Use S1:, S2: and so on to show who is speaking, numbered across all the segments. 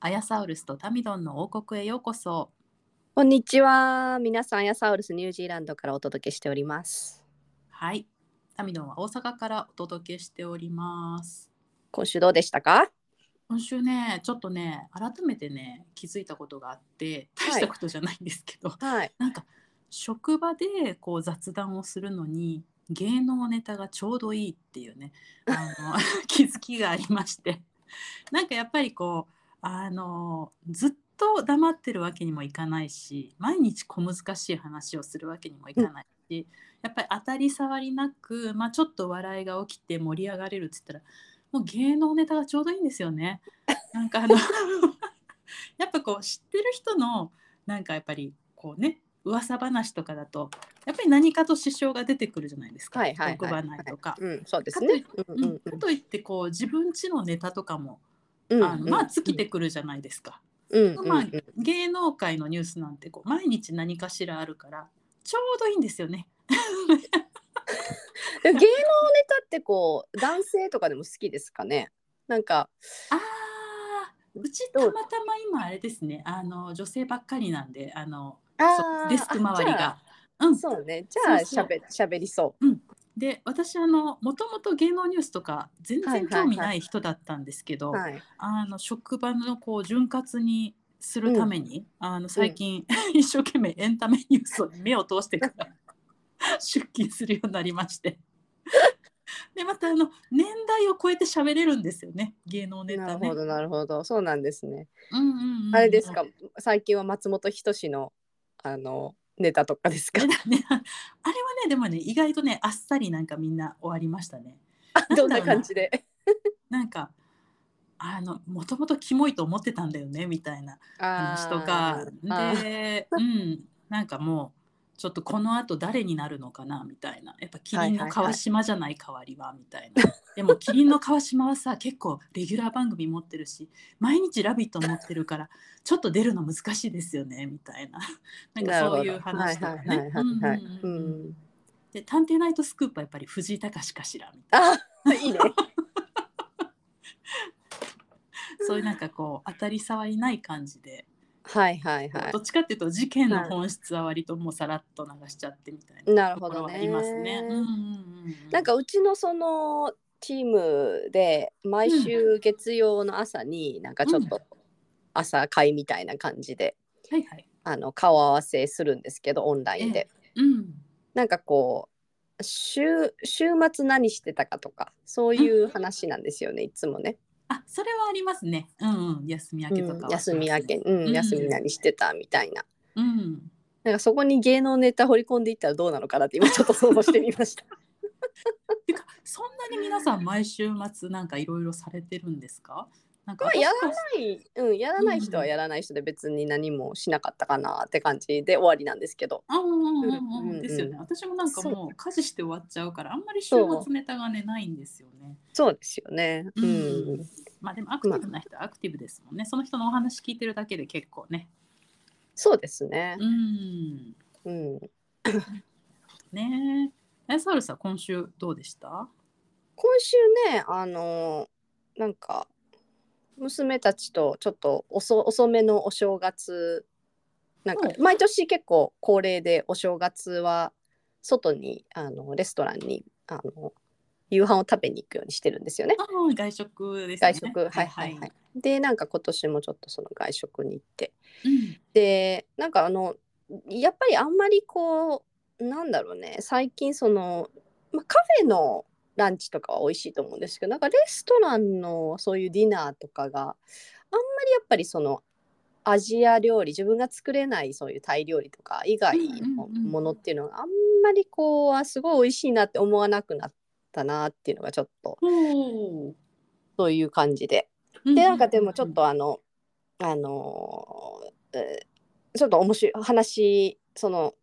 S1: アヤサウルスとタミドンの王国へようこそ
S2: こんにちは。皆さん、ヤサウルスニュージーランドからお届けしております。
S1: はいタミドンは大阪からお届けしております
S2: 今週どうでしたか
S1: 今週ねちょっとね改めてね気づいたことがあって
S2: はい
S1: 大したことじゃないんですけど、
S2: はい。
S1: なんか職場でこう雑談をするのに芸能ネタがちょうどいいっていうねあの 気づきがありましてなんかやっぱりこうあのずっと黙ってるわけにもいかないし毎日小難しい話をするわけにもいかないし、やっぱり当たり障りなく、まあ、ちょっと笑いが起きて盛り上がれるって言ったらもう芸能ネタがちょうどいいんですよね。なんかあの やっぱこう知ってる人のなんかやっぱりこうね噂話とかだとやっぱり何かと支障が出てくるじゃないですか
S2: はいはいはい
S1: 欲張らないとか。
S2: うん、そうですね。うん
S1: うんかといってこう自分ちのネタとかも、
S2: うん
S1: あのまあ尽きて、くるじゃないですか、
S2: うんうんうん
S1: まあ芸能界のニュースなんてこう毎日何かしらあるからちょうどいいんですよね
S2: で芸能ネタってこう、男性とかでも好きですかねなんか、
S1: あーうちたまたま今あれですねあの女性ばっかりなんであのそうデスク周りが。う
S2: あ。
S1: ん
S2: じゃあそうね。じゃあ、
S1: そう
S2: し
S1: そう
S2: ゃべしゃべりそ
S1: で私あのもともと芸能ニュースとか全
S2: はい
S1: 然
S2: はいはい
S1: 興味ない人だったんですけど、
S2: う。はい。
S1: あの職場のこう潤滑にするために、あの最近、一生懸命エンタメニュースを目を通してから出勤するようになりましてでまたあの年代を超えて喋れるんですよね芸能ネ
S2: な
S1: タ
S2: る
S1: ね
S2: ほ。ど、なるほど。そうなんですね。
S1: うんうんうん
S2: あ れですか、最近は松本人志の、あの、ネタとかですか
S1: ねねあれはねでもね意外とねあっさりなんかみんな終わりましたね。
S2: あ どんな感じで。
S1: なんかあのもともとキモいと思ってたんだよねみたいな話とか
S2: あー
S1: で、うん、なんかもうちょっとこのあと誰になるのかなみたいなやっぱキリンの川島じゃない代わりはみたいな、でもキリンの川島はさ結構レギュラー番組持ってるし毎日「ラビット!」持ってるからちょっと出るの難しいですよねみたい ななんかそういう話とか
S2: なる
S1: ね。
S2: ほどはいはいはいはいはい
S1: うんうんうん
S2: うん
S1: で「探偵ナイトスクープ」はやっぱり藤井隆かしらみたいな。
S2: あ、いいね。
S1: そういうなんかこう当たり障りない感じで、
S2: はいはいは
S1: どっちかっていうと事件の本質は割ともうさらっと流しちゃってみたい
S2: い。
S1: な
S2: な
S1: と
S2: る
S1: こ
S2: ほ
S1: ろ
S2: ど
S1: は
S2: ね。
S1: ありますね。うんうんうんうん
S2: なんかうちのそのチームで毎週月曜の朝になんかちょっ
S1: う
S2: と朝会みたいな感じで、
S1: はいはい。
S2: あの顔合わせするんですけどオンラインで、
S1: うん。
S2: なんかこう週週末何してたかとかそういう話なんですよね、いつもね、
S1: あ、それはありますね。うんうん。休み明けとか
S2: うん
S1: は、
S2: 休み明け、。
S1: う
S2: うんん、休み何してたみたいな。
S1: うん。
S2: なんかそこに芸能ネタ掘り込んでいったらどうなのかなって今ちょっと想像してみました。
S1: てかそんなに皆さん毎週末なんかいろいろされてるんですか？なんか
S2: まあ
S1: 私
S2: や
S1: た
S2: らない、うん、やらない人はやらない人で別に何もしなかったかなって感じで終わりなんですけど。
S1: あうんうんうん
S2: うん
S1: う
S2: うんん
S1: ですよね。私もなんか
S2: そう
S1: もう家事して終わっちゃうからあんまり週
S2: そう
S1: 末ネタがねないんですよね。
S2: そうですよね。うん。
S1: うんまあでもアクティブな人はアクティブですもんね。その人のお話聞いてるだけで結構ね。
S2: そうですね
S1: う。ん。
S2: うん。
S1: ねえ。え、サウルスは今週どうでした？
S2: 今週ね、あのーなんか、娘たちとちょっと遅遅めのお正月、なんか
S1: う、
S2: 毎年結構恒例でお正月は、外に、あの、レストランに、あの、夕飯を食べに行くようにしてるんですよね。
S1: あー外食ですね。
S2: 外食、はいはいはい。で、なんか今年もちょっとその外食に行って、
S1: うん
S2: でなんかあのやっぱりあんまりこうなんだろうね最近その、まあ、カフェのランチとかは美味しいと思うんですけどなんかレストランのそういうディナーとかがあんまりやっぱりそのアジア料理自分が作れないそういうタイ料理とか以外の
S1: うんうんうん
S2: ものっていうのがあんまりこうあすごい美味しいなって思わなくなったなっていうのがちょっと
S1: ほ
S2: そういう感じで
S1: う。
S2: でなんかでもちょっ
S1: あ
S2: とあの、あのーえーちょっと面白い話その、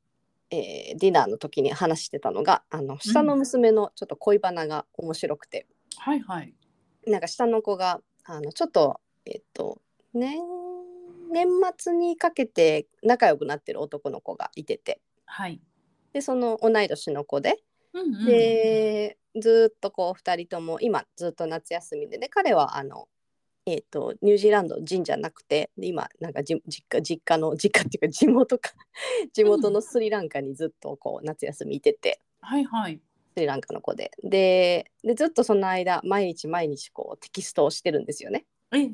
S2: えーディナーの時に話してたのがあの下の娘のちょっと恋バナが面白くて、
S1: はいはい。
S2: なんか下の子があのちょっとえっ、と年年末にかけて仲良くなってる男の子がいてて
S1: はい。
S2: でその同い年の子で
S1: うんうん、
S2: でずーっとこう2人とも今ずっと夏休みでね彼はあのえー、とニュージーランド人じゃなくてで今なんかじ実家実家の 実家っていうか地元か 地元のスリランカにずっとこう夏休みいてて
S1: はいはい。
S2: スリランカの子でででずっとその間毎日毎日こうテキストをしてるんですよね。
S1: えええ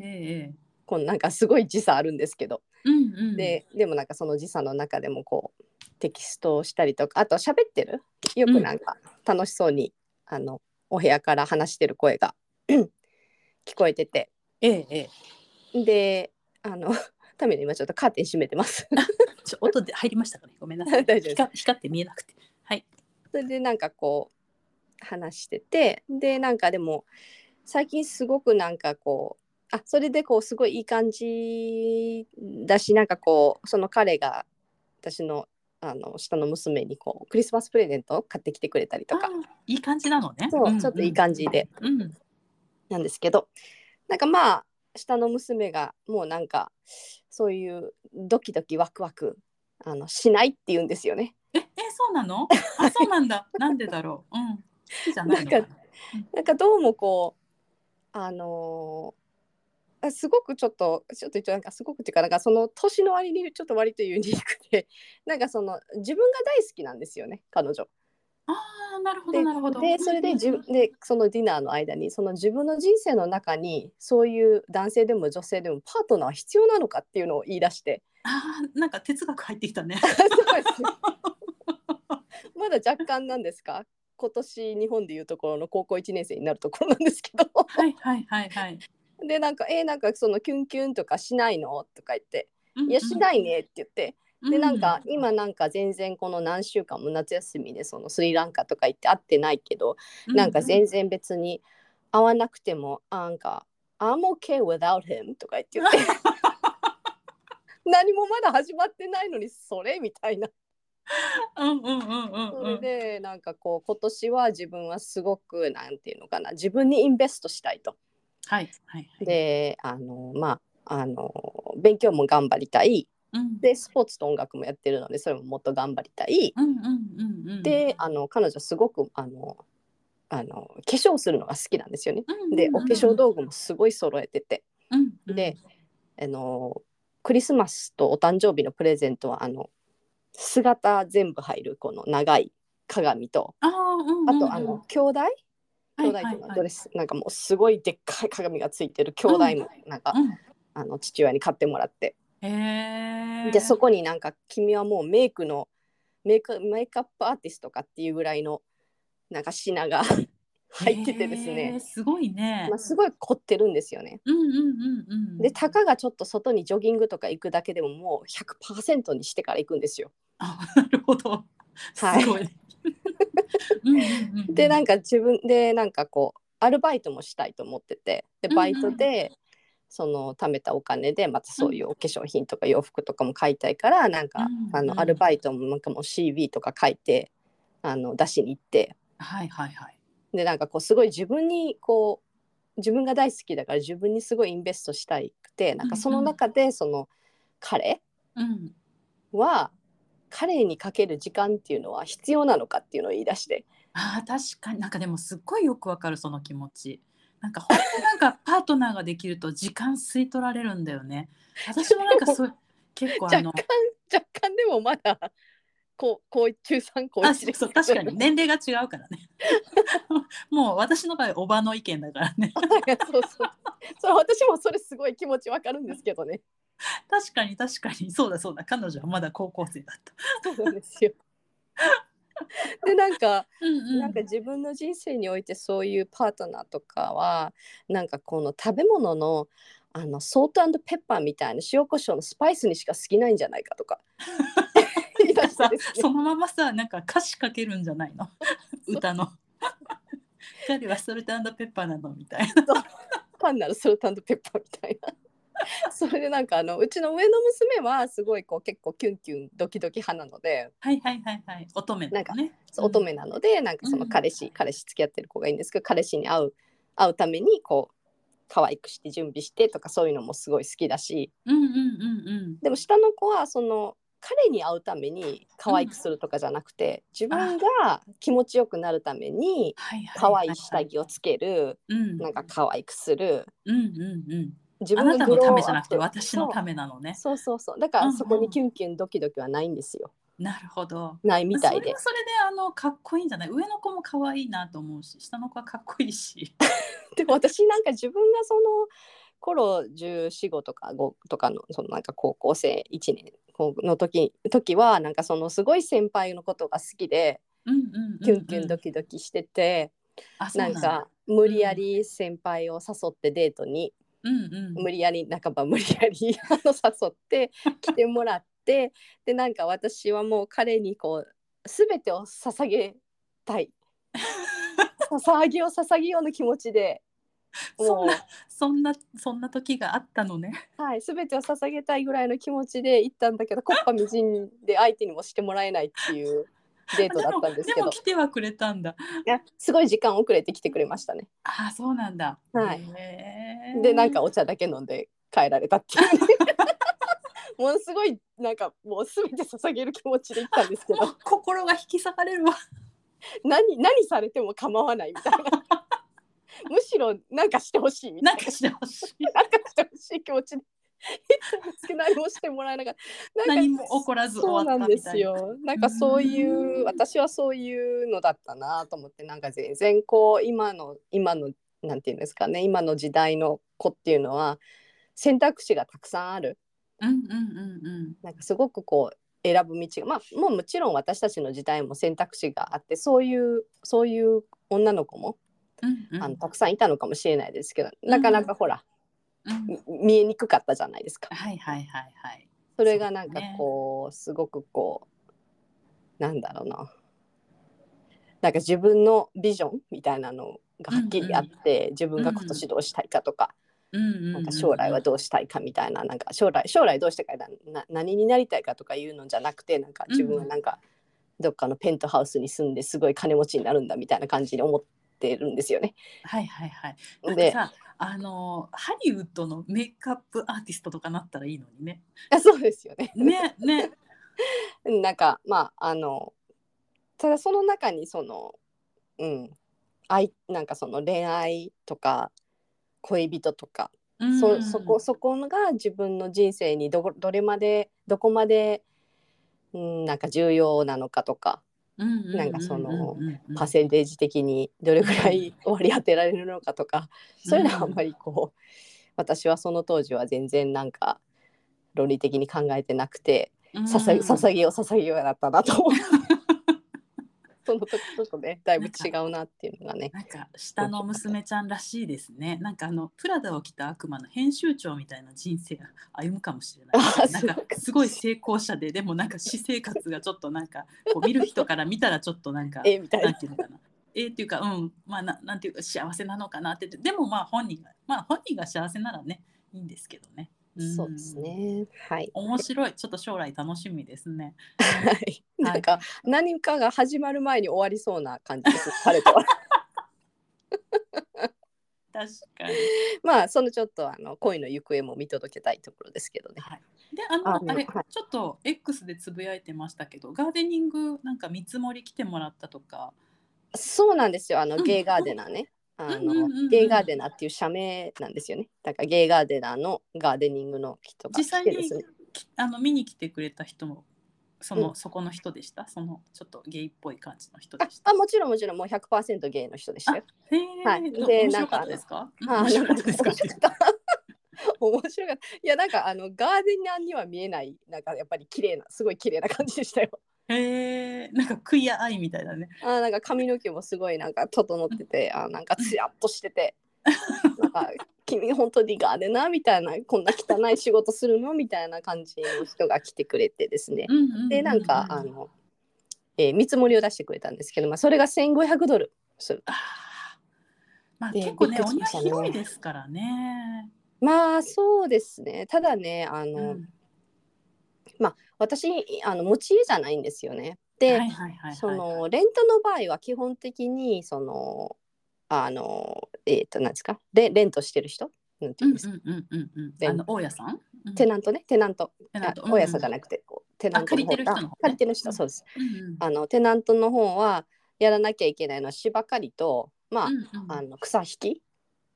S1: え。
S2: こうなんかすごい時差あるんですけど、
S1: うんうん。
S2: ででもなんかその時差の中でもこうテキストをしたりとかあと喋ってるよくなんか楽しそうに、あのお部屋から話してる 声が聞こえてて
S1: ええええ。
S2: であの ために今ちょっとカーテン閉めてます
S1: ちょ音で入りましたかね。ごめんなさい。
S2: 大丈夫で
S1: 光
S2: す
S1: 光って見えなくて。はい。
S2: それでなんかこう話しててでなんかでも最近すごくなんかこうあそれでこうすごいいい感じだしなんかこうその彼が私のあの下の娘にこうクリスマスプレゼントを買ってきてくれたりとか
S1: あーいい感じなのね。
S2: そう、
S1: んん
S2: ちょっといい感じで
S1: うん。
S2: なんですけどなんかまあ下の娘がもうなんかそういうドキドキワクワクあのしないって言うんですよね。
S1: ええそうなの？あそうなんだ。なんでだろう。うん。好きじゃないのか
S2: なんなんかどうもこうあのーあすごくちょっとちょっと一応なんかすごくっていうかなんかその年の割にちょっと割とユニークでなんかその自分が大好きなんですよね彼女。
S1: ああなるほど
S2: で
S1: なるほど。
S2: で それでじ
S1: うんうんうん
S2: でそのディナーの間にその自分の人生の中にそういう男性でも女性でもパートナーは必要なのかっていうのを言い出して
S1: ああなんか哲学入ってきたね。
S2: すごいですねまだ若干なんですか今年日本でいうところの高校1年生になるところなんですけど。
S1: はいはいはいはい。
S2: でなんか「えーなんかそのキュンキュンとかしないの?」とか言って
S1: う
S2: 「
S1: ん
S2: いやしないね」って言って
S1: う
S2: でなんか今なんか全然この何週間も夏休みでそのスリランカとか行って会ってないけどなんか全然別に会わなくてもあなんか「I'm okay without him」とか言って言って何もまだ始まってないのにそれみたいな
S1: うんうんうんうん
S2: そ
S1: うんう
S2: れ
S1: ん。
S2: でなんかこう今年は自分はすごくなんていうのかな自分にインベストしたいと。
S1: はいはいはい。
S2: であのまああの勉強も頑張りたい
S1: うん
S2: でスポーツと音楽もやってるのでそれももっと頑張りたい
S1: うんうんうんうん。
S2: であの彼女すごくあのあの化粧するのが好きなんですよね。
S1: うんうんうん、
S2: でお化粧道具もすごい揃えてて
S1: うんうん
S2: であのクリスマスとお誕生日のプレゼントはあの姿全部入るこの長い鏡と
S1: あーうんうんうん
S2: あとあの兄弟兄弟
S1: はい
S2: と
S1: はい
S2: の
S1: はい
S2: ドレスなんかもうすごいでっかい鏡がついてる兄弟もなんかあの父親に買ってもらって
S1: うん、へえ。
S2: でそこになんか君はもうメイクのメイクメイクアップアーティストかっていうぐらいのなんか品が 入っててです
S1: へー
S2: ね、
S1: すごいね。
S2: まあ、すごい凝ってるんですよね。
S1: うんうんうんうん。
S2: でたかがちょっと外にジョギングとか行くだけでももう100%にしてから行くんですよ。
S1: あなるほど。す
S2: はい
S1: ごい。うんうんうんうん
S2: でなんか自分でなんかこうアルバイトもしたいと思っててでバイトで、その貯めたお金でまたそういうお化粧品とか洋服とかも買いたいからなん
S1: う
S2: か、
S1: ん
S2: あ
S1: うん
S2: のアルバイトもなんかもう CV とか書いてあの出しに行って
S1: はいはいはい。
S2: でなんかこうすごい自分にこう自分が大好きだから自分にすごいインベストしたいくてなんかその中でその彼
S1: うん。
S2: は彼にかける時間っていうのは必要なのかっていうのを言い出して
S1: あー確かになんかでもすっごいよくわかるその気持ち。なんか本当なんかパートナーができると時間吸い取られるんだよね。私もなんか そう結構
S2: 若
S1: あ
S2: 干
S1: の。
S2: 若干でもまだこうこう中3高
S1: あ
S2: 1
S1: そ
S2: で
S1: う
S2: す
S1: そう
S2: けど
S1: 確か に年齢が違うからね もう私の場合おばの意見だからね
S2: そうそう それ私もそれすごい気持ちわかるんですけ どね
S1: 確かに確かにそうだそうだ彼女はまだ高校生だった
S2: そうなんですよ。でなんか
S1: うんう
S2: なんか自分の人生においてそういうパートナーとかはなんかこの食べ物のあのソートペッパーみたいな塩コショウのスパイスにしか好きないんじゃないか とか言い出して
S1: さ
S2: ですね
S1: そのままさなんか歌詞かけるんじゃないの歌の 彼はソルトペッパーなのみたいな
S2: 単なるソートペッパーみたいなそれでなんかあのうちの上の娘はすごいこう結構キュンキュンドキドキ派なので
S1: はいはいはいはい。乙女だね。
S2: そう乙女なのでなんかその彼氏、
S1: うん
S2: 彼氏付き合ってる子がいいんですけど彼氏に会う会うためにこう可愛くして準備してとかそういうのもすごい好きだし
S1: うんうんうんうん。
S2: でも下の子はその彼に会うために可愛くするとかじゃなくて自分が気持ちよくなるために
S1: はいは
S2: 可
S1: は
S2: 愛い下着をつける
S1: うん。
S2: なんか可愛くする
S1: うんうんうん。
S2: 自
S1: あなた
S2: グ
S1: の
S2: ロー
S1: た
S2: アッ
S1: め
S2: プ
S1: じゃなくて私のためなのね。
S2: そうそうそうそうだからそこ
S1: うんう
S2: に
S1: ん
S2: キュンキュンドキドキはないんですよ
S1: なるほど。
S2: ないみたい
S1: それ
S2: で
S1: はそれであのかっこいいんじゃない上の子も可愛いなと思うし下の子はかっこいい し。
S2: でも私なんか自分がその頃1415とか5とかのそのなんか高校生1年の時時はなんかそのすごい先輩のことが好きで
S1: うんうんうんうん、
S2: キュンキュンドキドキしてて、
S1: あそうなん
S2: なん
S1: だ
S2: か無理やり先輩を誘ってデートに、
S1: うんうん
S2: 無理やり半ば無理やり あの誘って来てもらってでなんか私はもう彼にこう全てを捧げたい捧げを捧げようの気持ちで
S1: そ
S2: も
S1: んなそんなそんな時があったのね。
S2: う、はい、全てを捧げたいぐらいの気持ちで行ったんだけどこっぱみじんで相手にもしてもらえないっていうデートだったんですけ
S1: でも
S2: ど
S1: 来てはくれたんだ。
S2: いやすごい時間遅れて来てくれましたね。
S1: ああそうなんだ。
S2: はい
S1: へー
S2: でなんかお茶だけ飲んで帰られたっていうね ものすごいなんかもう全て捧げる気持ちで行ったんですけ
S1: も
S2: ど
S1: う心が引き裂かれる わ。
S2: 何何されても構わないみたいなむしろなんかしてほしいみ
S1: な
S2: た
S1: いんかしてほしい。
S2: ななんかしてほしい気持ちで行ったんですけど何もしてもらえなかったなんか
S1: 何も起こらず
S2: そう
S1: 終わ
S2: な
S1: った
S2: んで
S1: みた
S2: す
S1: いな。
S2: よなんかそういううん私はそういうのだったなと思ってなんか全然こう今の今のなんていうんですかね今の時代の子っていうのは選択肢がたくさんある
S1: うんうんうんうん。
S2: なんかすごくこう選ぶ道がまあもうもちろん私たちの時代も選択肢があってそういうそういう女の子も、
S1: うんうん
S2: あのたくさんいたのかもしれないですけどなかなかほら、
S1: うん
S2: み見えにくかったじゃないですか。
S1: はいはいはいはい。
S2: それがなんか
S1: そうですね
S2: こうすごくこうなんだろうななんか自分のビジョンみたいなのがはっきりあって、自分が今年どうしたいかとか、
S1: うんうんうん
S2: なんか将来はどうしたいかみたいななんか将来将来どうしたいかなな何になりたいかとかいうのじゃなくてなんか自分はなんかどっかのペントハウスに住んですごい金持ちになるんだみたいな感じに思ってるんですよね。
S1: はいはいはい。なんか
S2: で
S1: さ、あのハリウッドのメイクアップアーティストとかなったらいいのにね。
S2: あ そうですよね。
S1: ねね。
S2: なんかまああのただその中にそのうん愛なんかその恋愛とか恋人とか
S1: うん
S2: そそこそこが自分の人生にどこどれまでどこまで、うん、なんか重要なのかとかなんかそのパセンテージ的にどれぐらい割り当てられるのかとかそういうのはあんまりこう私はその当時は全然なんか論理的に考えてなくてささ捧げよう捧げようだったなと 思うその時ちょっとねだいぶ違うなっていうのがね
S1: なんか下の娘ちゃんらしいですね。なんかあのプラダを着た悪魔の編集長みたいな人生が歩むかもしれな
S2: あ
S1: い。なんかすごい成功者ででもなんか私生活がちょっとなんかこう見る人から見たらちょっとなんか
S2: えみたい
S1: なん
S2: な
S1: ていうのかな。えーっていうか、うん、まあな、なんていうか、幸せなのかなって、でも、まあ、本人が、まあ、本人が幸せならね、いいんですけどね。ん
S2: そうです。ねはい
S1: 面白い、ちょっと将来楽しみですね。
S2: はい
S1: はい
S2: なんか何かが始まる前に終わりそうな感じです彼とは
S1: 確かに。
S2: まあそのちょっとあの恋の行方も見届けたいところですけどね
S1: で、あの、
S2: あ
S1: あ
S2: うん
S1: れ、
S2: はい
S1: ちょっと X でつぶやいてましたけど、ガーデニング、なんか見積もり来てもらったとか。
S2: そうなんですよ。あの
S1: うん
S2: ゲイガーデナーね。あ
S1: うんうんうんう
S2: の
S1: ん
S2: ゲイガーデナーっていう社名なんですよね。だからゲイガーデナーのガーデニングの人が
S1: 実際
S2: 来てで
S1: に
S2: すね。、
S1: きあの、見に来てくれた人も、その、
S2: うん
S1: そこの人でした。その、ちょっとゲイっぽい感じの人
S2: あ
S1: でした。
S2: あもちろんもちろんもう100%ゲイの人でしたよ。
S1: へえ、
S2: はい
S1: ど
S2: で
S1: 面白かったですか。うん
S2: あ
S1: 面
S2: な
S1: 白
S2: ん
S1: か
S2: か
S1: ったですか
S2: 面白かった。 面白かった。いやなんかあのガーデナーには見えないなんかやっぱり綺麗なすごい綺麗な感じでしたよ。
S1: へえ、なんかクイアアイみたいだね。
S2: あなんか髪の毛もすごいなんか整っててあなんかツヤっとして てなんか君本当にガーデナーみたいなこんな汚い仕事するのみたいな感じの人が来てくれてですね。
S1: うんうんうんうん
S2: でなんかあの、えー見積もりを出してくれたんですけど、まあ、それが1500ドルする
S1: あーまあ
S2: で
S1: 結構ね
S2: びっ
S1: お
S2: く
S1: 庭
S2: りしましたね
S1: 広いですからね。
S2: まあそうですねただねあの、
S1: うん
S2: 私あの持ち家じゃないんですよね。
S1: は
S2: で、
S1: いはいはいはい
S2: そのレントの場合は基本的にそのあのえっ、と何ですかレレントしてる人なんて
S1: う
S2: いうんん
S1: う
S2: ですか、
S1: んうんうんうん
S2: で
S1: あの大家さん、うん
S2: テナントねテナント
S1: テナント
S2: あ大家さんじゃなく
S1: て、
S2: てこうテナント
S1: あ借りてる人の方ね
S2: あ借りてる人
S1: うん
S2: そうです、
S1: うんうん
S2: あのテナントの方はやらなきゃいけないのは芝刈りとまあ,、
S1: うんうん
S2: あの草引き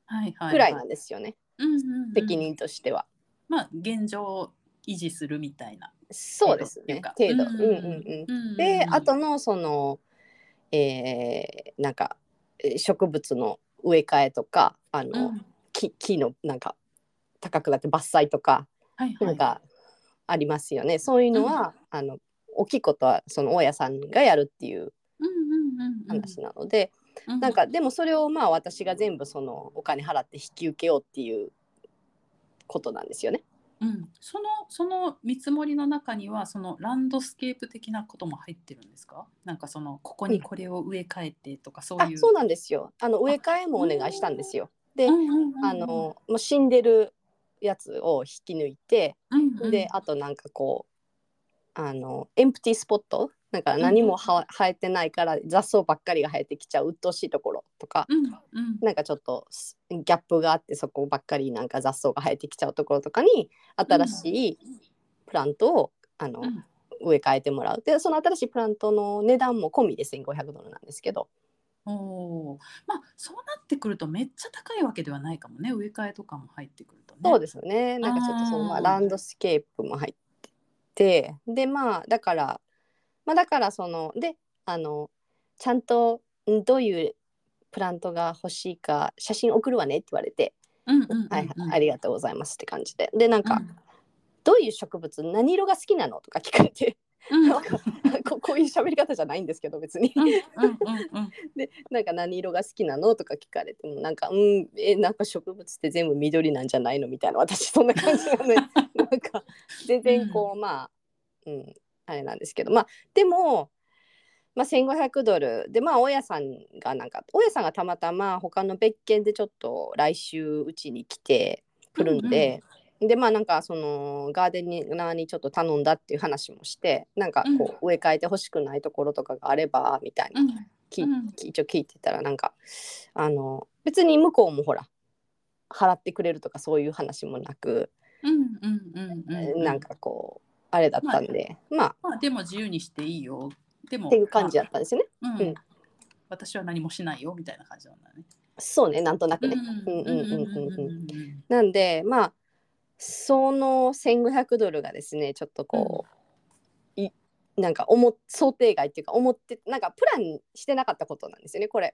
S1: はいはい
S2: くらいなんですよね、
S1: うんうんうん
S2: 責任としては。
S1: まあ現状を維持するみたいな
S2: そうですね程度うんうんうん
S1: うん
S2: であとのそのえーなんかえー植物の植え替えとかあの、
S1: うん
S2: 木木のなんか高くなって伐採とか
S1: はいは
S2: ないんかありますよね、そういうのは、あの大きいことはその大家さんがやるっていう
S1: うんうんうんうん
S2: 話なので、
S1: うん
S2: なんかでもそれをまあ私が全部そのお金払って引き受けようっていうことなんですよね。
S1: うんそのその見積もりの中にはそのランドスケープ的なことも入ってるんですかなんかそのここにこれを植え替えてとかそう
S2: あ
S1: いう、
S2: そうなんですよあの植え替えもお願いしたんですよ。で、
S1: うんうんうんうん
S2: あのもう死んでるやつを引き抜いて、
S1: うんうん
S2: であとなんかこうあのエンプティースポットなんか何もは生えてないから雑草ばっかりが生えてきちゃう鬱陶しいところとか、
S1: うんうん
S2: なんかちょっとすギャップがあってそこばっかりなんか雑草が生えてきちゃうところとかに新しいプラントを、あの
S1: うん
S2: 植え替えてもらうでその新しいプラントの値段も込みで1500ドルなんですけど
S1: おーまあそうなってくるとめっちゃ高いわけではないかもね植え替えとかも入ってくるとね。
S2: そう
S1: す
S2: ですよね。なんかちょっとそのまあ
S1: あー
S2: ランドスケープも入ってて、でまあだからまあだからそのであのちゃんとんどういうプラントが欲しいか写真送るわねって言われて、
S1: うんうんうんうん、
S2: はいはいありがとうございますって感じで、でなんか、
S1: うん
S2: どういう植物何色が好きなのとか聞かれて、
S1: うん
S2: なんかこ こういう喋り方じゃないんですけど別に。
S1: うんうんうん うん
S2: でなんか何色が好きなのとか聞かれてもなんかうんえなんか植物って全部緑なんじゃないのみたいな私そんな感じな のでなんか全然こう、まあうんあれなんですけどまあでも、まあ、1500ドルでまあ大家さんがなんか大家さんがたまたま他の別件でちょっと来週うちに来てくるんで。でまあなんかそのガーデナーにちょっと頼んだっていう話もしてなんかこう植え替えてほしくないところとかがあればみたいな
S1: うん
S2: 聞い
S1: うん
S2: 一応聞いてたらなんかあの別に向こうもほら払ってくれるとかそういう話もなく、
S1: うんうんうんうんうん
S2: なんかこうあれだったんで、まあ
S1: まあでも自由にしていいよでも
S2: っていう感じだっ
S1: ま
S2: たんですよね。
S1: あうん
S2: うん
S1: 私は何もしないよみたいな感じなんだね。
S2: そうねなんとなくね。
S1: うん
S2: うんうんうんう
S1: う
S2: ん
S1: んうん
S2: なんでまあその1,500ドルがですねちょっとこう、いなんか思想定外っていうか思ってなんかプランしてなかったことなんですよねこれ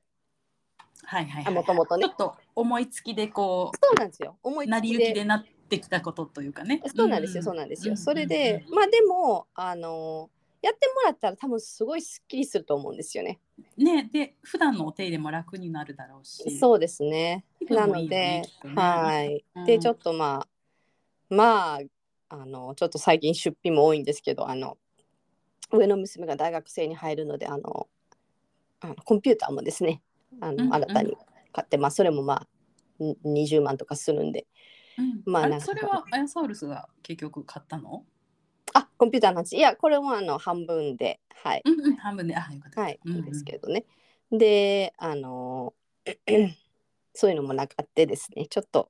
S1: はいはいはい。
S2: もともと
S1: ちょ
S2: ね。
S1: っと思いつきでこ
S2: そうなんですよ思
S1: う
S2: い
S1: 成
S2: つ
S1: り
S2: き
S1: 行き
S2: で
S1: でなってきたことというかね。
S2: そうなんですよ、そう
S1: う
S2: なんですよ。
S1: うん
S2: それで
S1: う、
S2: まあでも、あのやってもらったら多分すごいスッキリすると思うんですよね。
S1: んねで普段のお手入れも楽になるだろうし。
S2: そうですね。
S1: 気
S2: な
S1: 分もいい
S2: の
S1: よね
S2: で
S1: きっと、ね
S2: はい。
S1: うん
S2: で、ちょっとまあ、まあ、あの、ちょっと最近出費も多いんですけど、あの、上の娘が大学生に入るので、あの、あのコンピューターもですね、あ
S1: うんうん
S2: の新たに買って、まあ、それもまあ、ん20万とかするんで、
S1: うん
S2: まあ
S1: あれ
S2: なんか
S1: それはアヤサウルスが結局買ったの？
S2: あ、コンピューターの話、いや、これもあの、半分で、はい。
S1: うんうん半分であよかった。
S2: はい、
S1: うんうん
S2: ですけどね。で、あの そういうのもなかってですね、ちょっと、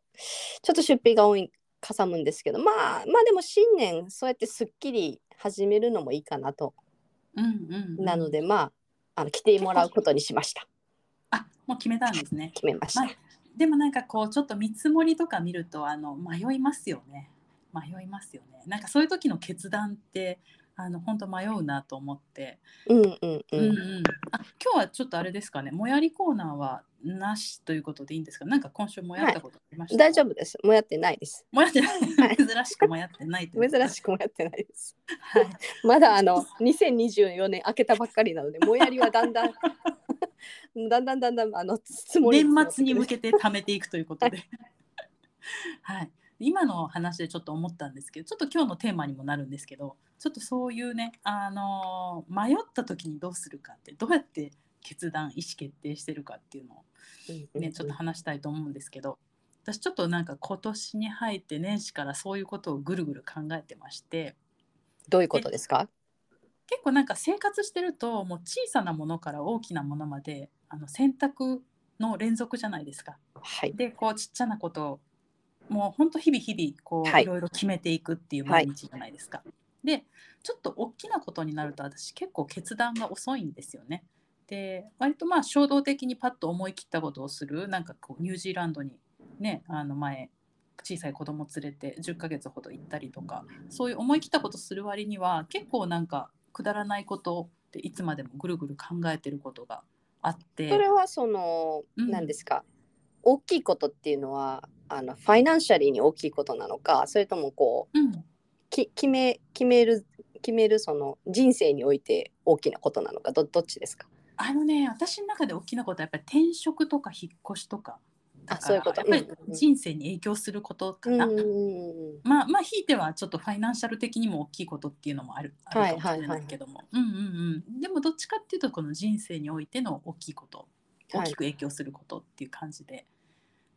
S2: ちょっと出費が多い、かさむんですけど、まあ、まあでも新年、そうやってすっきり始めるのもいいかなと、
S1: うんうんうん。
S2: なので、まあ、あの来てもらうことにしました。
S1: あもう決めたんですね。
S2: 決めまし
S1: ま
S2: た。
S1: あ、でもなんかこうちょっと見積もりとか見るとあの迷いますよね迷いますよねなんかそういう時の決断ってあの本当迷うなと思って、
S2: うんうんう。
S1: うんんうん、あ今日はちょっとあれですかねもやりコーナーはなしということでいいんですかなんか今週もやったことありました、
S2: 大丈夫です。もうやってないです。
S1: もやってない、
S2: は い
S1: 珍しくもやってないという
S2: 珍しくもやってないです。
S1: はい、
S2: まだあの2024年明けたばっかりなので、もやりはだんだん だんだんだんだんあの積もり
S1: 年末に向
S2: け
S1: けて貯めていくということで。はい、今の話でちょっと思ったんですけどちょっと今日のテーマにもなるんですけどちょっとそういうね、あのー迷った時にどうするかってどうやって決断意思決定してるかっていうのを、ねちょっと話したいと思うんですけど私ちょっとなんか今年に入って年始からそういうことをぐるぐる考えてまして
S2: どういうことですか
S1: 結構なんか生活してるともう小さなものから大きなものまであの選択の連続じゃないですか。
S2: はい
S1: でこうちっちゃなことをもうほんと日々日々こう、
S2: はい
S1: い、ろいろ決めていくっていう毎日じゃないですか。でちょっと大きなことになると私結構決断が遅いんですよね。で割とまあ衝動的にパッと思い切ったことをするなんかこうニュージーランドにねあの前小さい子供連れて10ヶ月ほど行ったりとかそういう思い切ったことする割には結構なんかくだらないことっていつまでもぐるぐる考えてることがあって。
S2: それはその
S1: うん
S2: 何ですか、大きいことっていうのはあのファイナンシャリーに大きいことなのかそれともこう
S1: うん
S2: き決め決める決めるその人生において大きなことなのかどどっちですか
S1: あのね私の中で大きなことはやっぱり転職とか引っ越しとかだから
S2: そういうこと
S1: やっぱり
S2: うんうんうん
S1: 人生に影響することか
S2: うん
S1: な、
S2: うんうん
S1: まあまあひいてはちょっとファイナンシャル的にも大きいことっていうのもあるあ
S2: はい
S1: るかもしれないけどもうんうんうんでもどっちかっていうとこの人生においての大きいこと
S2: は
S1: 大
S2: い
S1: きく影響することっていう感じで、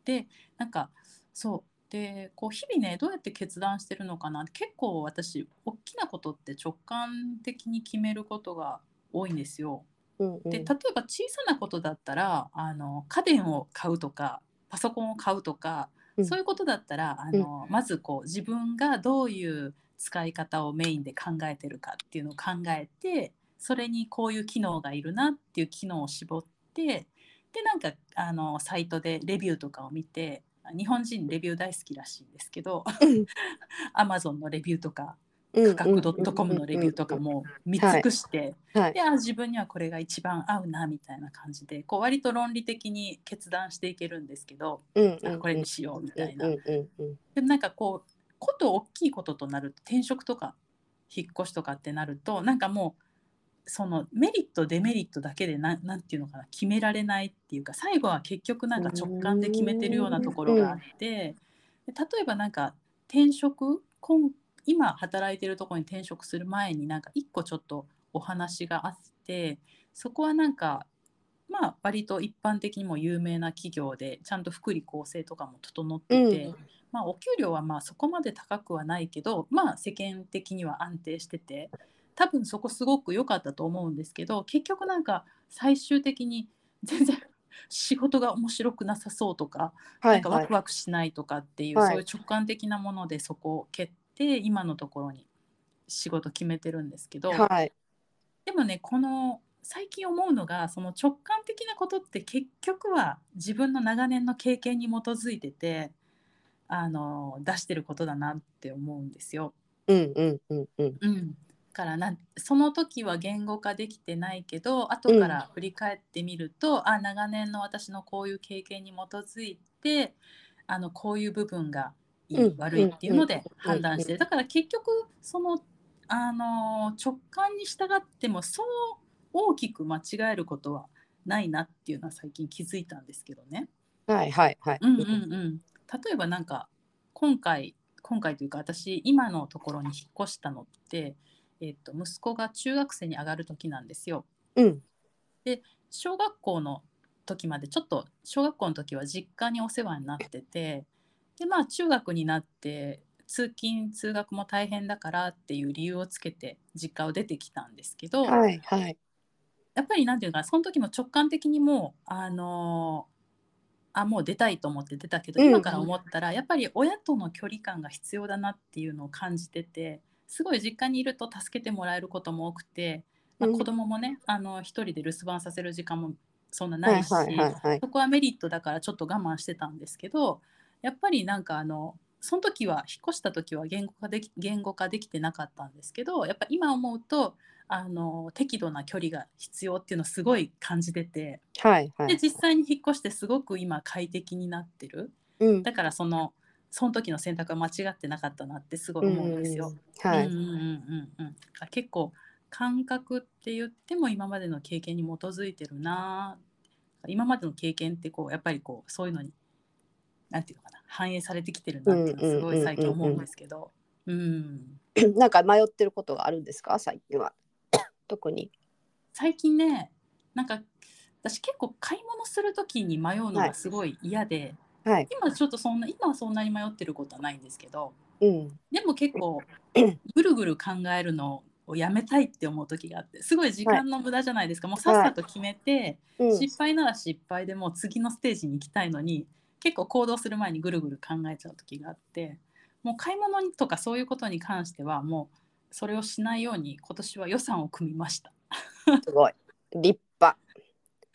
S1: でなんかそうでこう日々ねどうやって決断してるのかな結構私大きなことって直感的に決めることが多いんですよ。
S2: うんうん
S1: で例えば小さなことだったらあの家電を買うとかパソコンを買うとか、
S2: うん
S1: そういうことだったらあの、まずこう自分がどういう使い方をメインで考えてるかっていうのを考えてそれにこういう機能がいるなっていう機能を絞ってでなんかあのサイトでレビューとかを見て日本人レビュー大好きらしいんですけど Amazon のレビューとか価格 .com のレビューとかも見尽くして、
S2: はい
S1: であ自分にはこれが一番合うなみたいな感じでこう割と論理的に決断していけるんですけど、
S2: うんうんうん
S1: あこれにしようみたいな。
S2: うんうんうん
S1: でもなんかこうこと大きいこととなると転職とか引っ越しとかってなるとなんかもうそのメリットデメリットだけでななんていうのかな決められないっていうか最後は結局なんか直感で決めてるようなところがあってで例えばなんか転職今今働いてるところに転職する前になんか一個ちょっとお話があってそこはなんかまあ割と一般的にも有名な企業でちゃんと福利厚生とかも整ってて、
S2: うん
S1: まあ、お給料はまあそこまで高くはないけど、まあ、世間的には安定してて多分そこすごく良かったと思うんですけど結局なんか最終的に全然仕事が面白くなさそうとか
S2: は
S1: ないんか
S2: は
S1: ワ
S2: い
S1: クワクしないとかっていう、
S2: はい
S1: そういう直感的なものでそこを蹴って今のところに仕事決めてるんですけど、
S2: はい
S1: でもねこの最近思うのがその直感的なことって結局は自分の長年の経験に基づいててあの出してることだなって思うんですよ。
S2: うんうんうんうん
S1: うん、だからなんその時は言語化できてないけど後から振り返ってみると、あ長年の私のこういう経験に基づいてあのこういう部分がいい、
S2: うん
S1: 悪いっていうので
S2: うん
S1: 判断してるだから結局その、あの直感に従ってもそう大きく間違えることはないなっていうのは最近気づいたんですけどね。
S2: はいはいはい
S1: うんうんうん、例えばなんか今回今回というか私今のところに引っ越したのって、えっと息子が中学生に上がる時なんですよ。
S2: うん
S1: 小学校の時までちょっと小学校の時は実家にお世話になっててでまあ中学になって通勤通学も大変だからっていう理由をつけて実家を出てきたんですけど、
S2: はいはい
S1: やっぱりなんていうかその時も直感的にもうあのーあもう出たいと思って出たけど
S2: うん
S1: 今から思ったらやっぱり親との距離感が必要だなっていうのを感じててすごい実家にいると助けてもらえることも多くて、まあ、
S2: うん
S1: 子供もね、あの一人で留守番させる時間もそんな
S2: は
S1: ないいし、
S2: はいはいはい
S1: そこはメリットだからちょっと我慢してたんですけどやっぱりなんかあのその時は引っ越した時は言語化でき言語化できてなかったんですけどやっぱ今思うとあの適度な距離が必要っていうのをすごい感じてて
S2: はいは
S1: で
S2: い
S1: 実際に引っ越してすごく今快適になってる
S2: うん
S1: だからそのその時の選択は間違ってなかったなってすごい思うんですよ。
S2: は
S1: う
S2: い
S1: んうんうんうんうん、あ結構感覚って言っても今までの経験に基づいてるな今までの経験ってこうやっぱりこうそういうのになんていうのかな反映されてきてるなっていうのはすごい最近思うんですけど。うん
S2: なんか迷ってることがあるんで すか最近は特に
S1: 最近ねなんか私結構買い物する時に迷うのがすごい嫌で、
S2: はい。
S1: 今ちょっとそんな今はそんなに迷ってることはないんですけど
S2: うん。
S1: でも結構ぐるぐる考えるのをやめたいって思う時があってすごい時間の無駄じゃないですか、もうさっさと決めて、
S2: うん。
S1: 失敗なら失敗でもう次のステージに行きたいのに結構行動する前にぐるぐる考えちゃう時があってもう買い物にとかそういうことに関してはもうそれをしないように今年は予算を組みました。
S2: すごい。立派。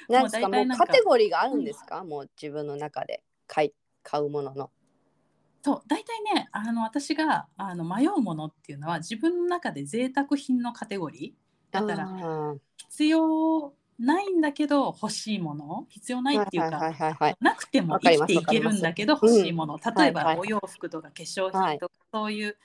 S2: なんです
S1: もう
S2: か、
S1: 大体
S2: もう
S1: なんか
S2: カテゴリーがあるんですか、もう自分の中で買い買うものの。
S1: そう大体ねあの私があの迷うものっていうのは自分の中で贅沢品のカテゴリーだから
S2: ら。
S1: 必要ないんだけど欲しいもの必要ないっていうか、
S2: はいはいはい
S1: なくても
S2: わか
S1: 生き
S2: ります
S1: ていけるんだけど
S2: か
S1: 欲
S2: ります
S1: しいもの、例えば、
S2: はいはい
S1: お洋服とか化粧品とか、そういう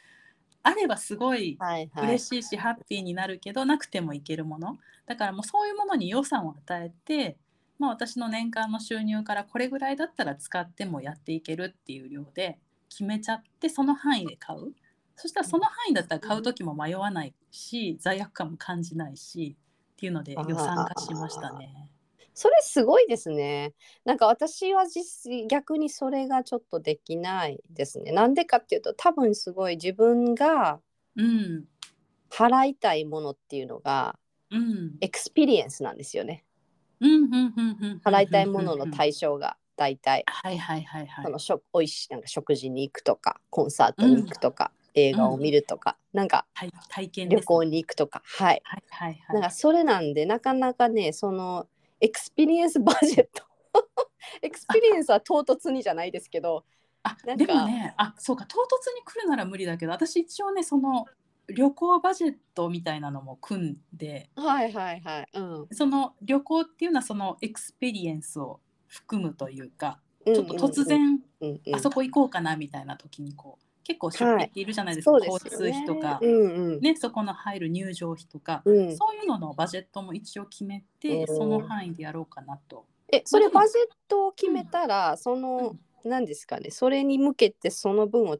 S1: あればすごい
S2: はい。はいはい。
S1: 嬉しいし、ハッピーになるけどなくてもいけるものだからもうそういうものに予算を与えて、まあ、私の年間の収入からこれぐらいだったら使ってもやっていけるっていう量で決めちゃってその範囲で買うそしたらその範囲だったら買う時も迷わないし罪悪感も感じないしっていうので予算化しましたね。
S2: それすごいですね。なんか私は実逆にそれがちょっとできないですね。なんでかっていうと多分すごい自分が
S1: うん、
S2: 払いたいものっていうのが
S1: うん
S2: エクスペリエンスなんですよね。
S1: 払
S2: 払いたいものの対象が大体
S1: はいはいはいはい
S2: その食おいしいなんか食事に行くとかコンサートに行くとか、映画を見るとか、なんか
S1: 体体験
S2: 旅
S1: です
S2: 行に行くとかはい。
S1: はいはい
S2: なん
S1: は
S2: か
S1: い
S2: それなんでなかなかねそのエクスペリエンスバジェット エクスペリエンスは唐突にじゃないですけど
S1: あ
S2: なん
S1: で
S2: か
S1: もねあそうか唐突に来るなら無理だけど私一応ねその旅行バジェットみたいなのも組んで
S2: はいはいはい。うん。
S1: その旅行っていうのはそのエクスペリエンスを含むというか
S2: ち
S1: ちょっと突、然
S2: うんうん、
S1: あそこ行こうかなみたいな時にこう結構出費っているじゃないですか、
S2: そうで
S1: 交
S2: すよ
S1: 通
S2: ね
S1: 費とか、
S2: うんうん。
S1: ね、そこの入る入場費とか、
S2: うん、
S1: そういうののバジェットも一応決めて、
S2: うん
S1: その範囲でやろうかなと。
S2: えそれ
S1: まあ
S2: バジェットを決めたら、その何ですかねそれに向けてその分を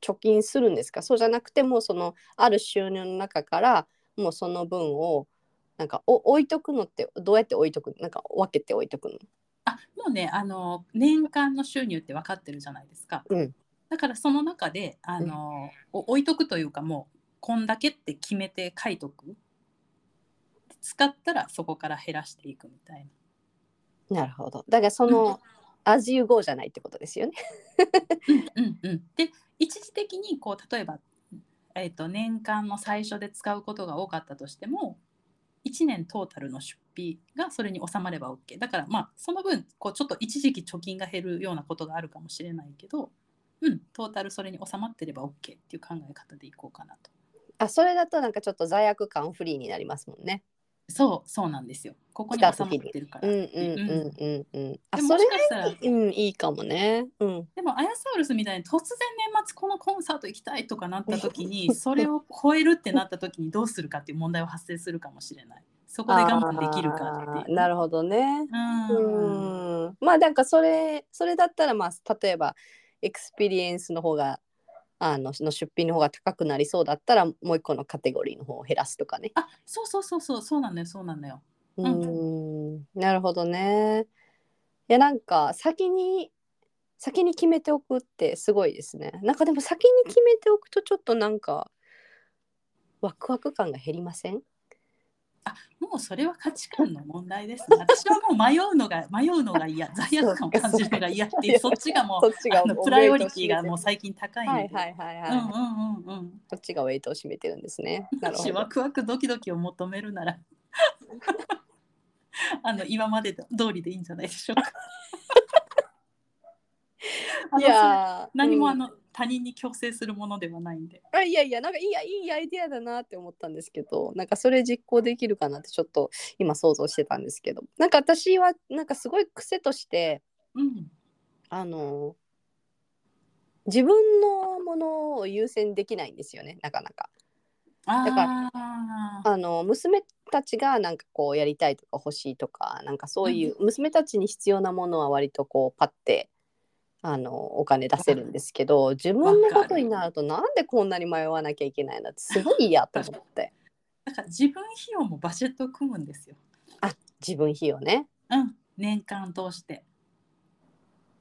S2: 貯金するんですかそうじゃなくてもうそのある収入の中からもうその分をなんかお置いとくのってどうやって置いとくのなんか分けて置いとくの
S1: あもうねあの年間の収入って分かってるじゃないですか、
S2: うん
S1: だからその中であの、お置いとくというかもうこんだけって決めて書いとく使ったらそこから減らしていくみたいな。
S2: なるほどだからその、アジ as you go じゃないってことですよね。
S1: うんうん、で一時的にこう例えば、えー、と年間の最初で使うことが多かったとしても1年トータルの出費がそれに収まれば OK だからまあその分こうちょっと一時期貯金が減るようなことがあるかもしれないけど、うん、トータルそれに収まってれば OK っていう考え方でいこうかなと
S2: あそれだとなんかちょっと罪悪感フリーになりますもんね。
S1: そうそうなんですよここに
S2: 来
S1: 収
S2: た
S1: ま
S2: 時に
S1: ってるか
S2: う
S1: ら
S2: んう
S1: で
S2: んうんうんうん。あ
S1: も
S2: そ
S1: も
S2: れ
S1: しかしたら
S2: うん、いいかもね。うん。
S1: でもアヤサウルスみたいに突然年末このコンサート行きたいとかなった時 にそれを超えるってなった時にどうするかっていう問題は発生するかもしれないそこで我慢できるかっていう
S2: なるほどね。う
S1: うん
S2: ん。まあ、なんか、それ、それだったら、まあ、例えば。エクスペリエンスの方が。あの、の出費の方が高くなりそうだったら、もう一個のカテゴリーの方を減らすとかね。
S1: あそうそうそうそうそうなのよそうなのよ
S2: う
S1: うん
S2: ん。なるほどね。いや、なんか、先に。先に決めておくってすごいですね。なんかでも先に決めておくとちょっとなんかワクワク感が減りません
S1: もうそれは価値観の問題です、ね、私はもう迷うの が迷うのが嫌罪悪感を感じるのが嫌っていうそっちがもう
S2: そっち
S1: あ
S2: が
S1: のプライオリティがもう最近高いので、
S2: はいはいはいはい、
S1: うん
S2: こ
S1: うんうんうん
S2: っちがウェイトを占めてるんですね。なるほ
S1: 私ワ
S2: ど。
S1: クワクドキドキを求めるなら あの今まで通りでいいんじゃないでしょうか。あの
S2: い
S1: それ
S2: やー
S1: 何もあ、
S2: うん
S1: の、他人に強制するものではないんで。
S2: あいやいやなんかいいやいいアイデアだなって思ったんですけどなんかそれ実行できるかなってちょっと今想像してたんですけどなんか私はなんかすごい癖として
S1: うん、
S2: あの自分のものを優先できないんですよねなかなか。だ
S1: あ
S2: か
S1: あ
S2: あの娘たちがなんかこうやりたいとか欲しいとかなんかそういう娘たちに必要なものは割とこうパッてあのお金出せるんですけど自分のことになるとなんでこんなに迷わなきゃいけないんだってすごい嫌と思 って
S1: だから自分費用もバジェットを組むんですよ。
S2: 自分費用ね。
S1: うん、年間通して。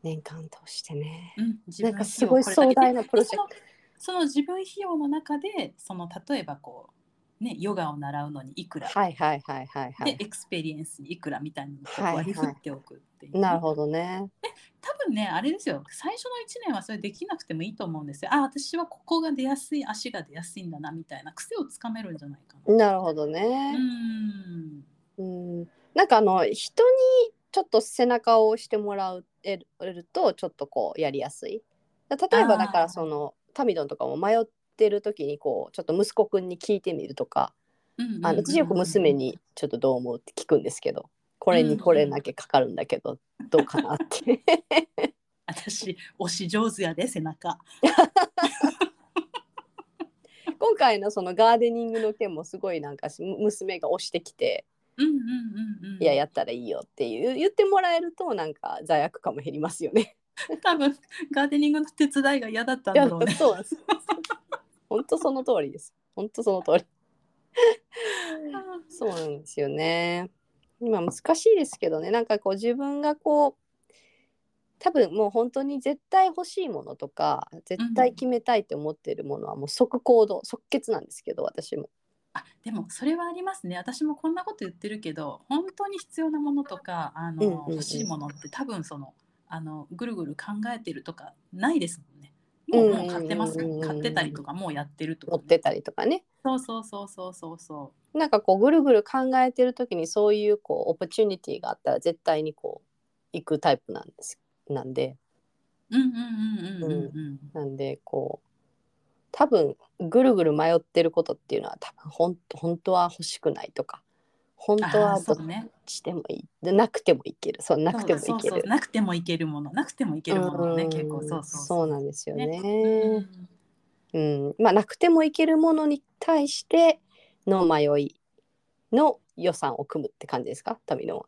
S2: 年間通してね
S1: う。ん、自
S2: な
S1: 分
S2: んか
S1: 費
S2: す
S1: 用
S2: ごい
S1: これだけ
S2: 壮大なプロジェク
S1: で
S2: ト。
S1: そのその自分費用の中でその例えばこうねヨガを習うのにいくら、
S2: はいはいはいはいは
S1: で
S2: い。
S1: エクスペリエンスにいくらみたいなのをこ
S2: はいう
S1: 割り振
S2: はい
S1: っておくっていうね、
S2: なるほどね。
S1: 多分ねあれですよ最初の1年はそれできなくてもいいと思うんですよあ私はここが出やすい足が出やすいんだなみたいな癖をつかめるんじゃないかな。
S2: なるほど
S1: う
S2: ね。
S1: ん
S2: うん。なんかあの人にちょっと背中を押してもらうえるえるとちょっとこうやりやすい。例え
S1: あ
S2: ば
S1: ー
S2: だからそのタミドンとかも迷ってる時にこうちょっと息子くんに聞いてみるとか。
S1: うんうんうん
S2: あの私よく娘にちょっとどう思うって聞くんですけどこれにこれだけかかるんだけどどうかなって
S1: 私押し上手やで背中
S2: 今回のそのガーデニングの件もすごいなんかし娘が押してきて
S1: うんうんうんうん
S2: 「いややったらいいよ」っていう言ってもらえるとなんか罪悪感も減りますよね。
S1: 多分ガーデニングの手伝いが嫌だったん
S2: いや
S1: だろ
S2: そうう
S1: ね
S2: なんです本当その通りです本当その通りそうなんですよね。今難しいですけどねなんかこう自分がこう多分もう本当に絶対欲しいものとか絶対決めたいって思ってるものはもう即行動即決なんですけど私も。
S1: あでもそれはありますね私もこんなこと言ってるけど本当に必要なものとかあの、
S2: うんうんうん
S1: 欲しいものって多分そのあのぐるぐる考えてるとかないですもんねもう
S2: うんうんうん
S1: もう買ってますから買ってたりとかもうやってるとか
S2: 持ってたりとかね
S1: そうそうそうそうそうそ
S2: なんかこうぐるぐる考えてる時にそういうこうオプチュニティがあったら絶対にこう行くタイプなんですなんで
S1: ううんうんうんうんうんうん
S2: なんでこう多分ぐるぐる迷ってることっていうのは多分ほん本当は欲しくないとか本当
S1: あ
S2: は
S1: あ
S2: ど
S1: そ
S2: っ
S1: うね
S2: してもいいでなくてもいけるそうなくてもい
S1: そう
S2: け
S1: そうそう
S2: る
S1: なくてもいけるものなくてもいけるものね
S2: うん
S1: 結構そうそう
S2: そうなんですよね
S1: うん
S2: うん、まあなくてもいけるものに対しての迷いの予算を組むって感じですか民のは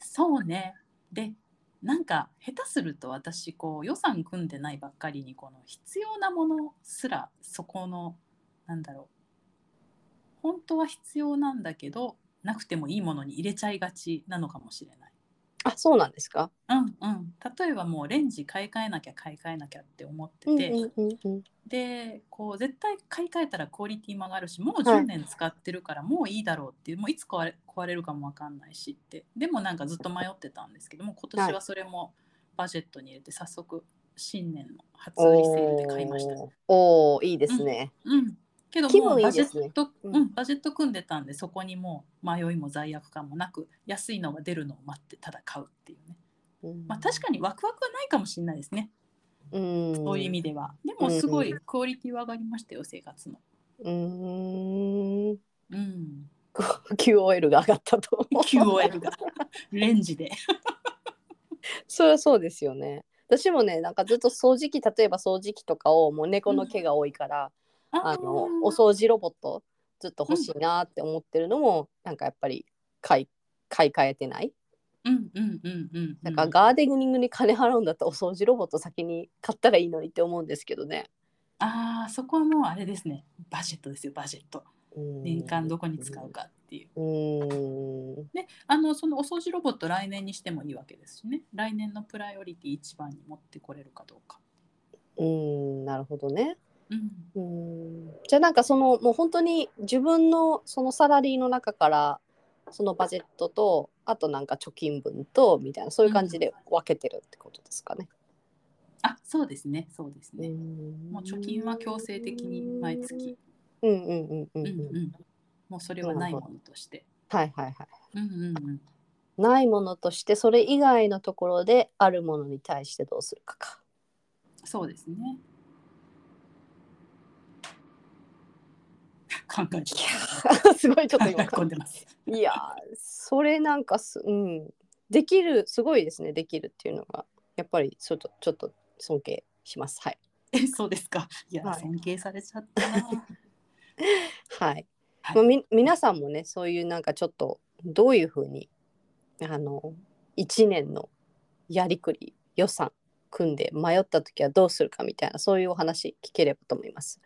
S1: そうねでなんか下手すると私こう予算組んでないばっかりにこの必要なものすらそこのなんだろう本当は必要なんだけどなくてもいいものに入れちゃいがちなのかもしれない。
S2: あそうなんですか
S1: うんうん、例えばもうレンジ買い替えなきゃ買い替えなきゃって思ってて、
S2: うんうんうんうん
S1: でこう絶対買い替えたらクオリティも上がるしもう
S2: は
S1: 10
S2: い
S1: 年使ってるからもういいだろうっていう、もういつ壊れ壊れるかもわかんないしってでもなんかずっと迷ってたんですけどもう今年はそれもバジェットに入れて早速新年の初売りセールで買いました。
S2: おーおーいいですね、
S1: うんけど
S2: 気
S1: も
S2: 分
S1: う
S2: いい
S1: バジ
S2: で
S1: ェ
S2: すね
S1: ット
S2: うん
S1: うんバジェット組んでたんでそこにもう迷いも罪悪感もなく安いのが出るのを待ってただ買うっていうね、
S2: うん
S1: まあ、確かにワクワクはないかもしれないですね
S2: うん
S1: そういう意味ではでもすごいクオリティは上がりましたよ生活の。
S2: うん
S1: うん、
S2: QOL が上がったと
S1: QOL がレンジで。
S2: そりゃそうですよね私もねなんかずっと掃除機例えば掃除機とかをもう猫の毛が多いから、あのお掃除ロボットずっと欲しいなって思ってるのも、なんかやっぱり買い買い替えてない
S1: うんうんうんうん。
S2: だからガーデニングに金払うんだったらお掃除ロボット先に買ったらいいのにって思うんですけどね。
S1: ああそこはもうあれですねバジェットですよバジェット年
S2: 年
S1: 間どこに使うかっていう。
S2: うーん
S1: であのそのお掃除ロボット来年にしてもいいわけですしね来年のプライオリティ一番に持ってこれるかどうか。
S2: うーんなるほどね。
S1: うん
S2: うーんじゃあなんかそのもう本当に自分のそのサラリーの中からそのバジェットとあとなんか貯金分とみたいなそういう感じで分けてるってことですかね。
S1: あそうですねそうですね。も
S2: も
S1: う貯金は強制的に毎月。
S2: うんうんうんうん、
S1: う
S2: うん、
S1: うんん。もうそれはないものとして。
S2: はいはいは
S1: うんうんうん。
S2: いないものとしてそれ以外のところであるものに対してどうするかか
S1: そうですね。考えてます。
S2: すごいちょっ
S1: 考
S2: と
S1: え
S2: 今
S1: 込んでます。
S2: いやーそれなんかすうんできるすごいですねできるっていうのがやっぱりちょっとちょっと尊敬しますはい
S1: え、そうですか。いや、
S2: はい
S1: 尊敬されちゃったな。
S2: はい、
S1: はい
S2: まあ、み皆さんもねそういうなんかちょっとどういうふうにあの1年のやりくり予算組んで迷った時はどうするかみたいなそういうお話聞ければと思います。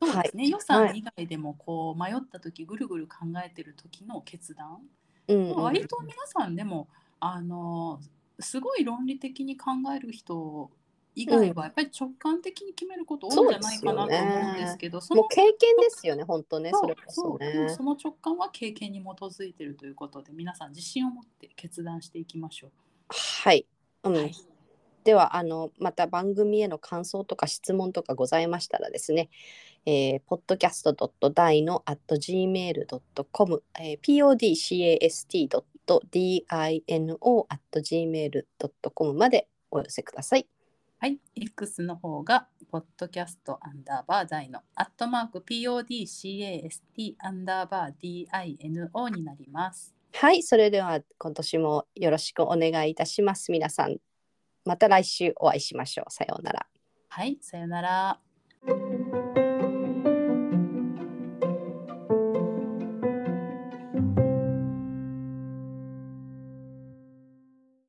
S1: そうですね。予
S2: は
S1: 算
S2: い
S1: 以外でも、こう迷った時、ぐるぐる考えてる時の決断。
S2: うんうん
S1: 割と皆さんでも、あの。すごい論理的に考える人以外はやっぱり直感的に決めること多いんじゃないかなと思うんですけど、そ
S2: も
S1: の
S2: う経験ですよね、本当ね、それこ
S1: そ
S2: そう
S1: でも
S2: ね。
S1: その直感は経験に基づいているということで皆さん自信を持って決断していきましょ
S2: はい、う
S1: う。
S2: ん
S1: はい、
S2: ではあのまた番組への感想とか質問とかございましたらですね、えー、podcast.dino.gmail.com、えー、podcast.dino.gmail.com までお寄せください。
S1: はい、X の方がポッドキャストアンダーバーダイのアットマーク PODCAST アンダーバー DINO になります。
S2: はい、それでは今年もよろしくお願いいたします。皆さん、また来週お会いしましょう。さようなら。
S1: はい、さよなら。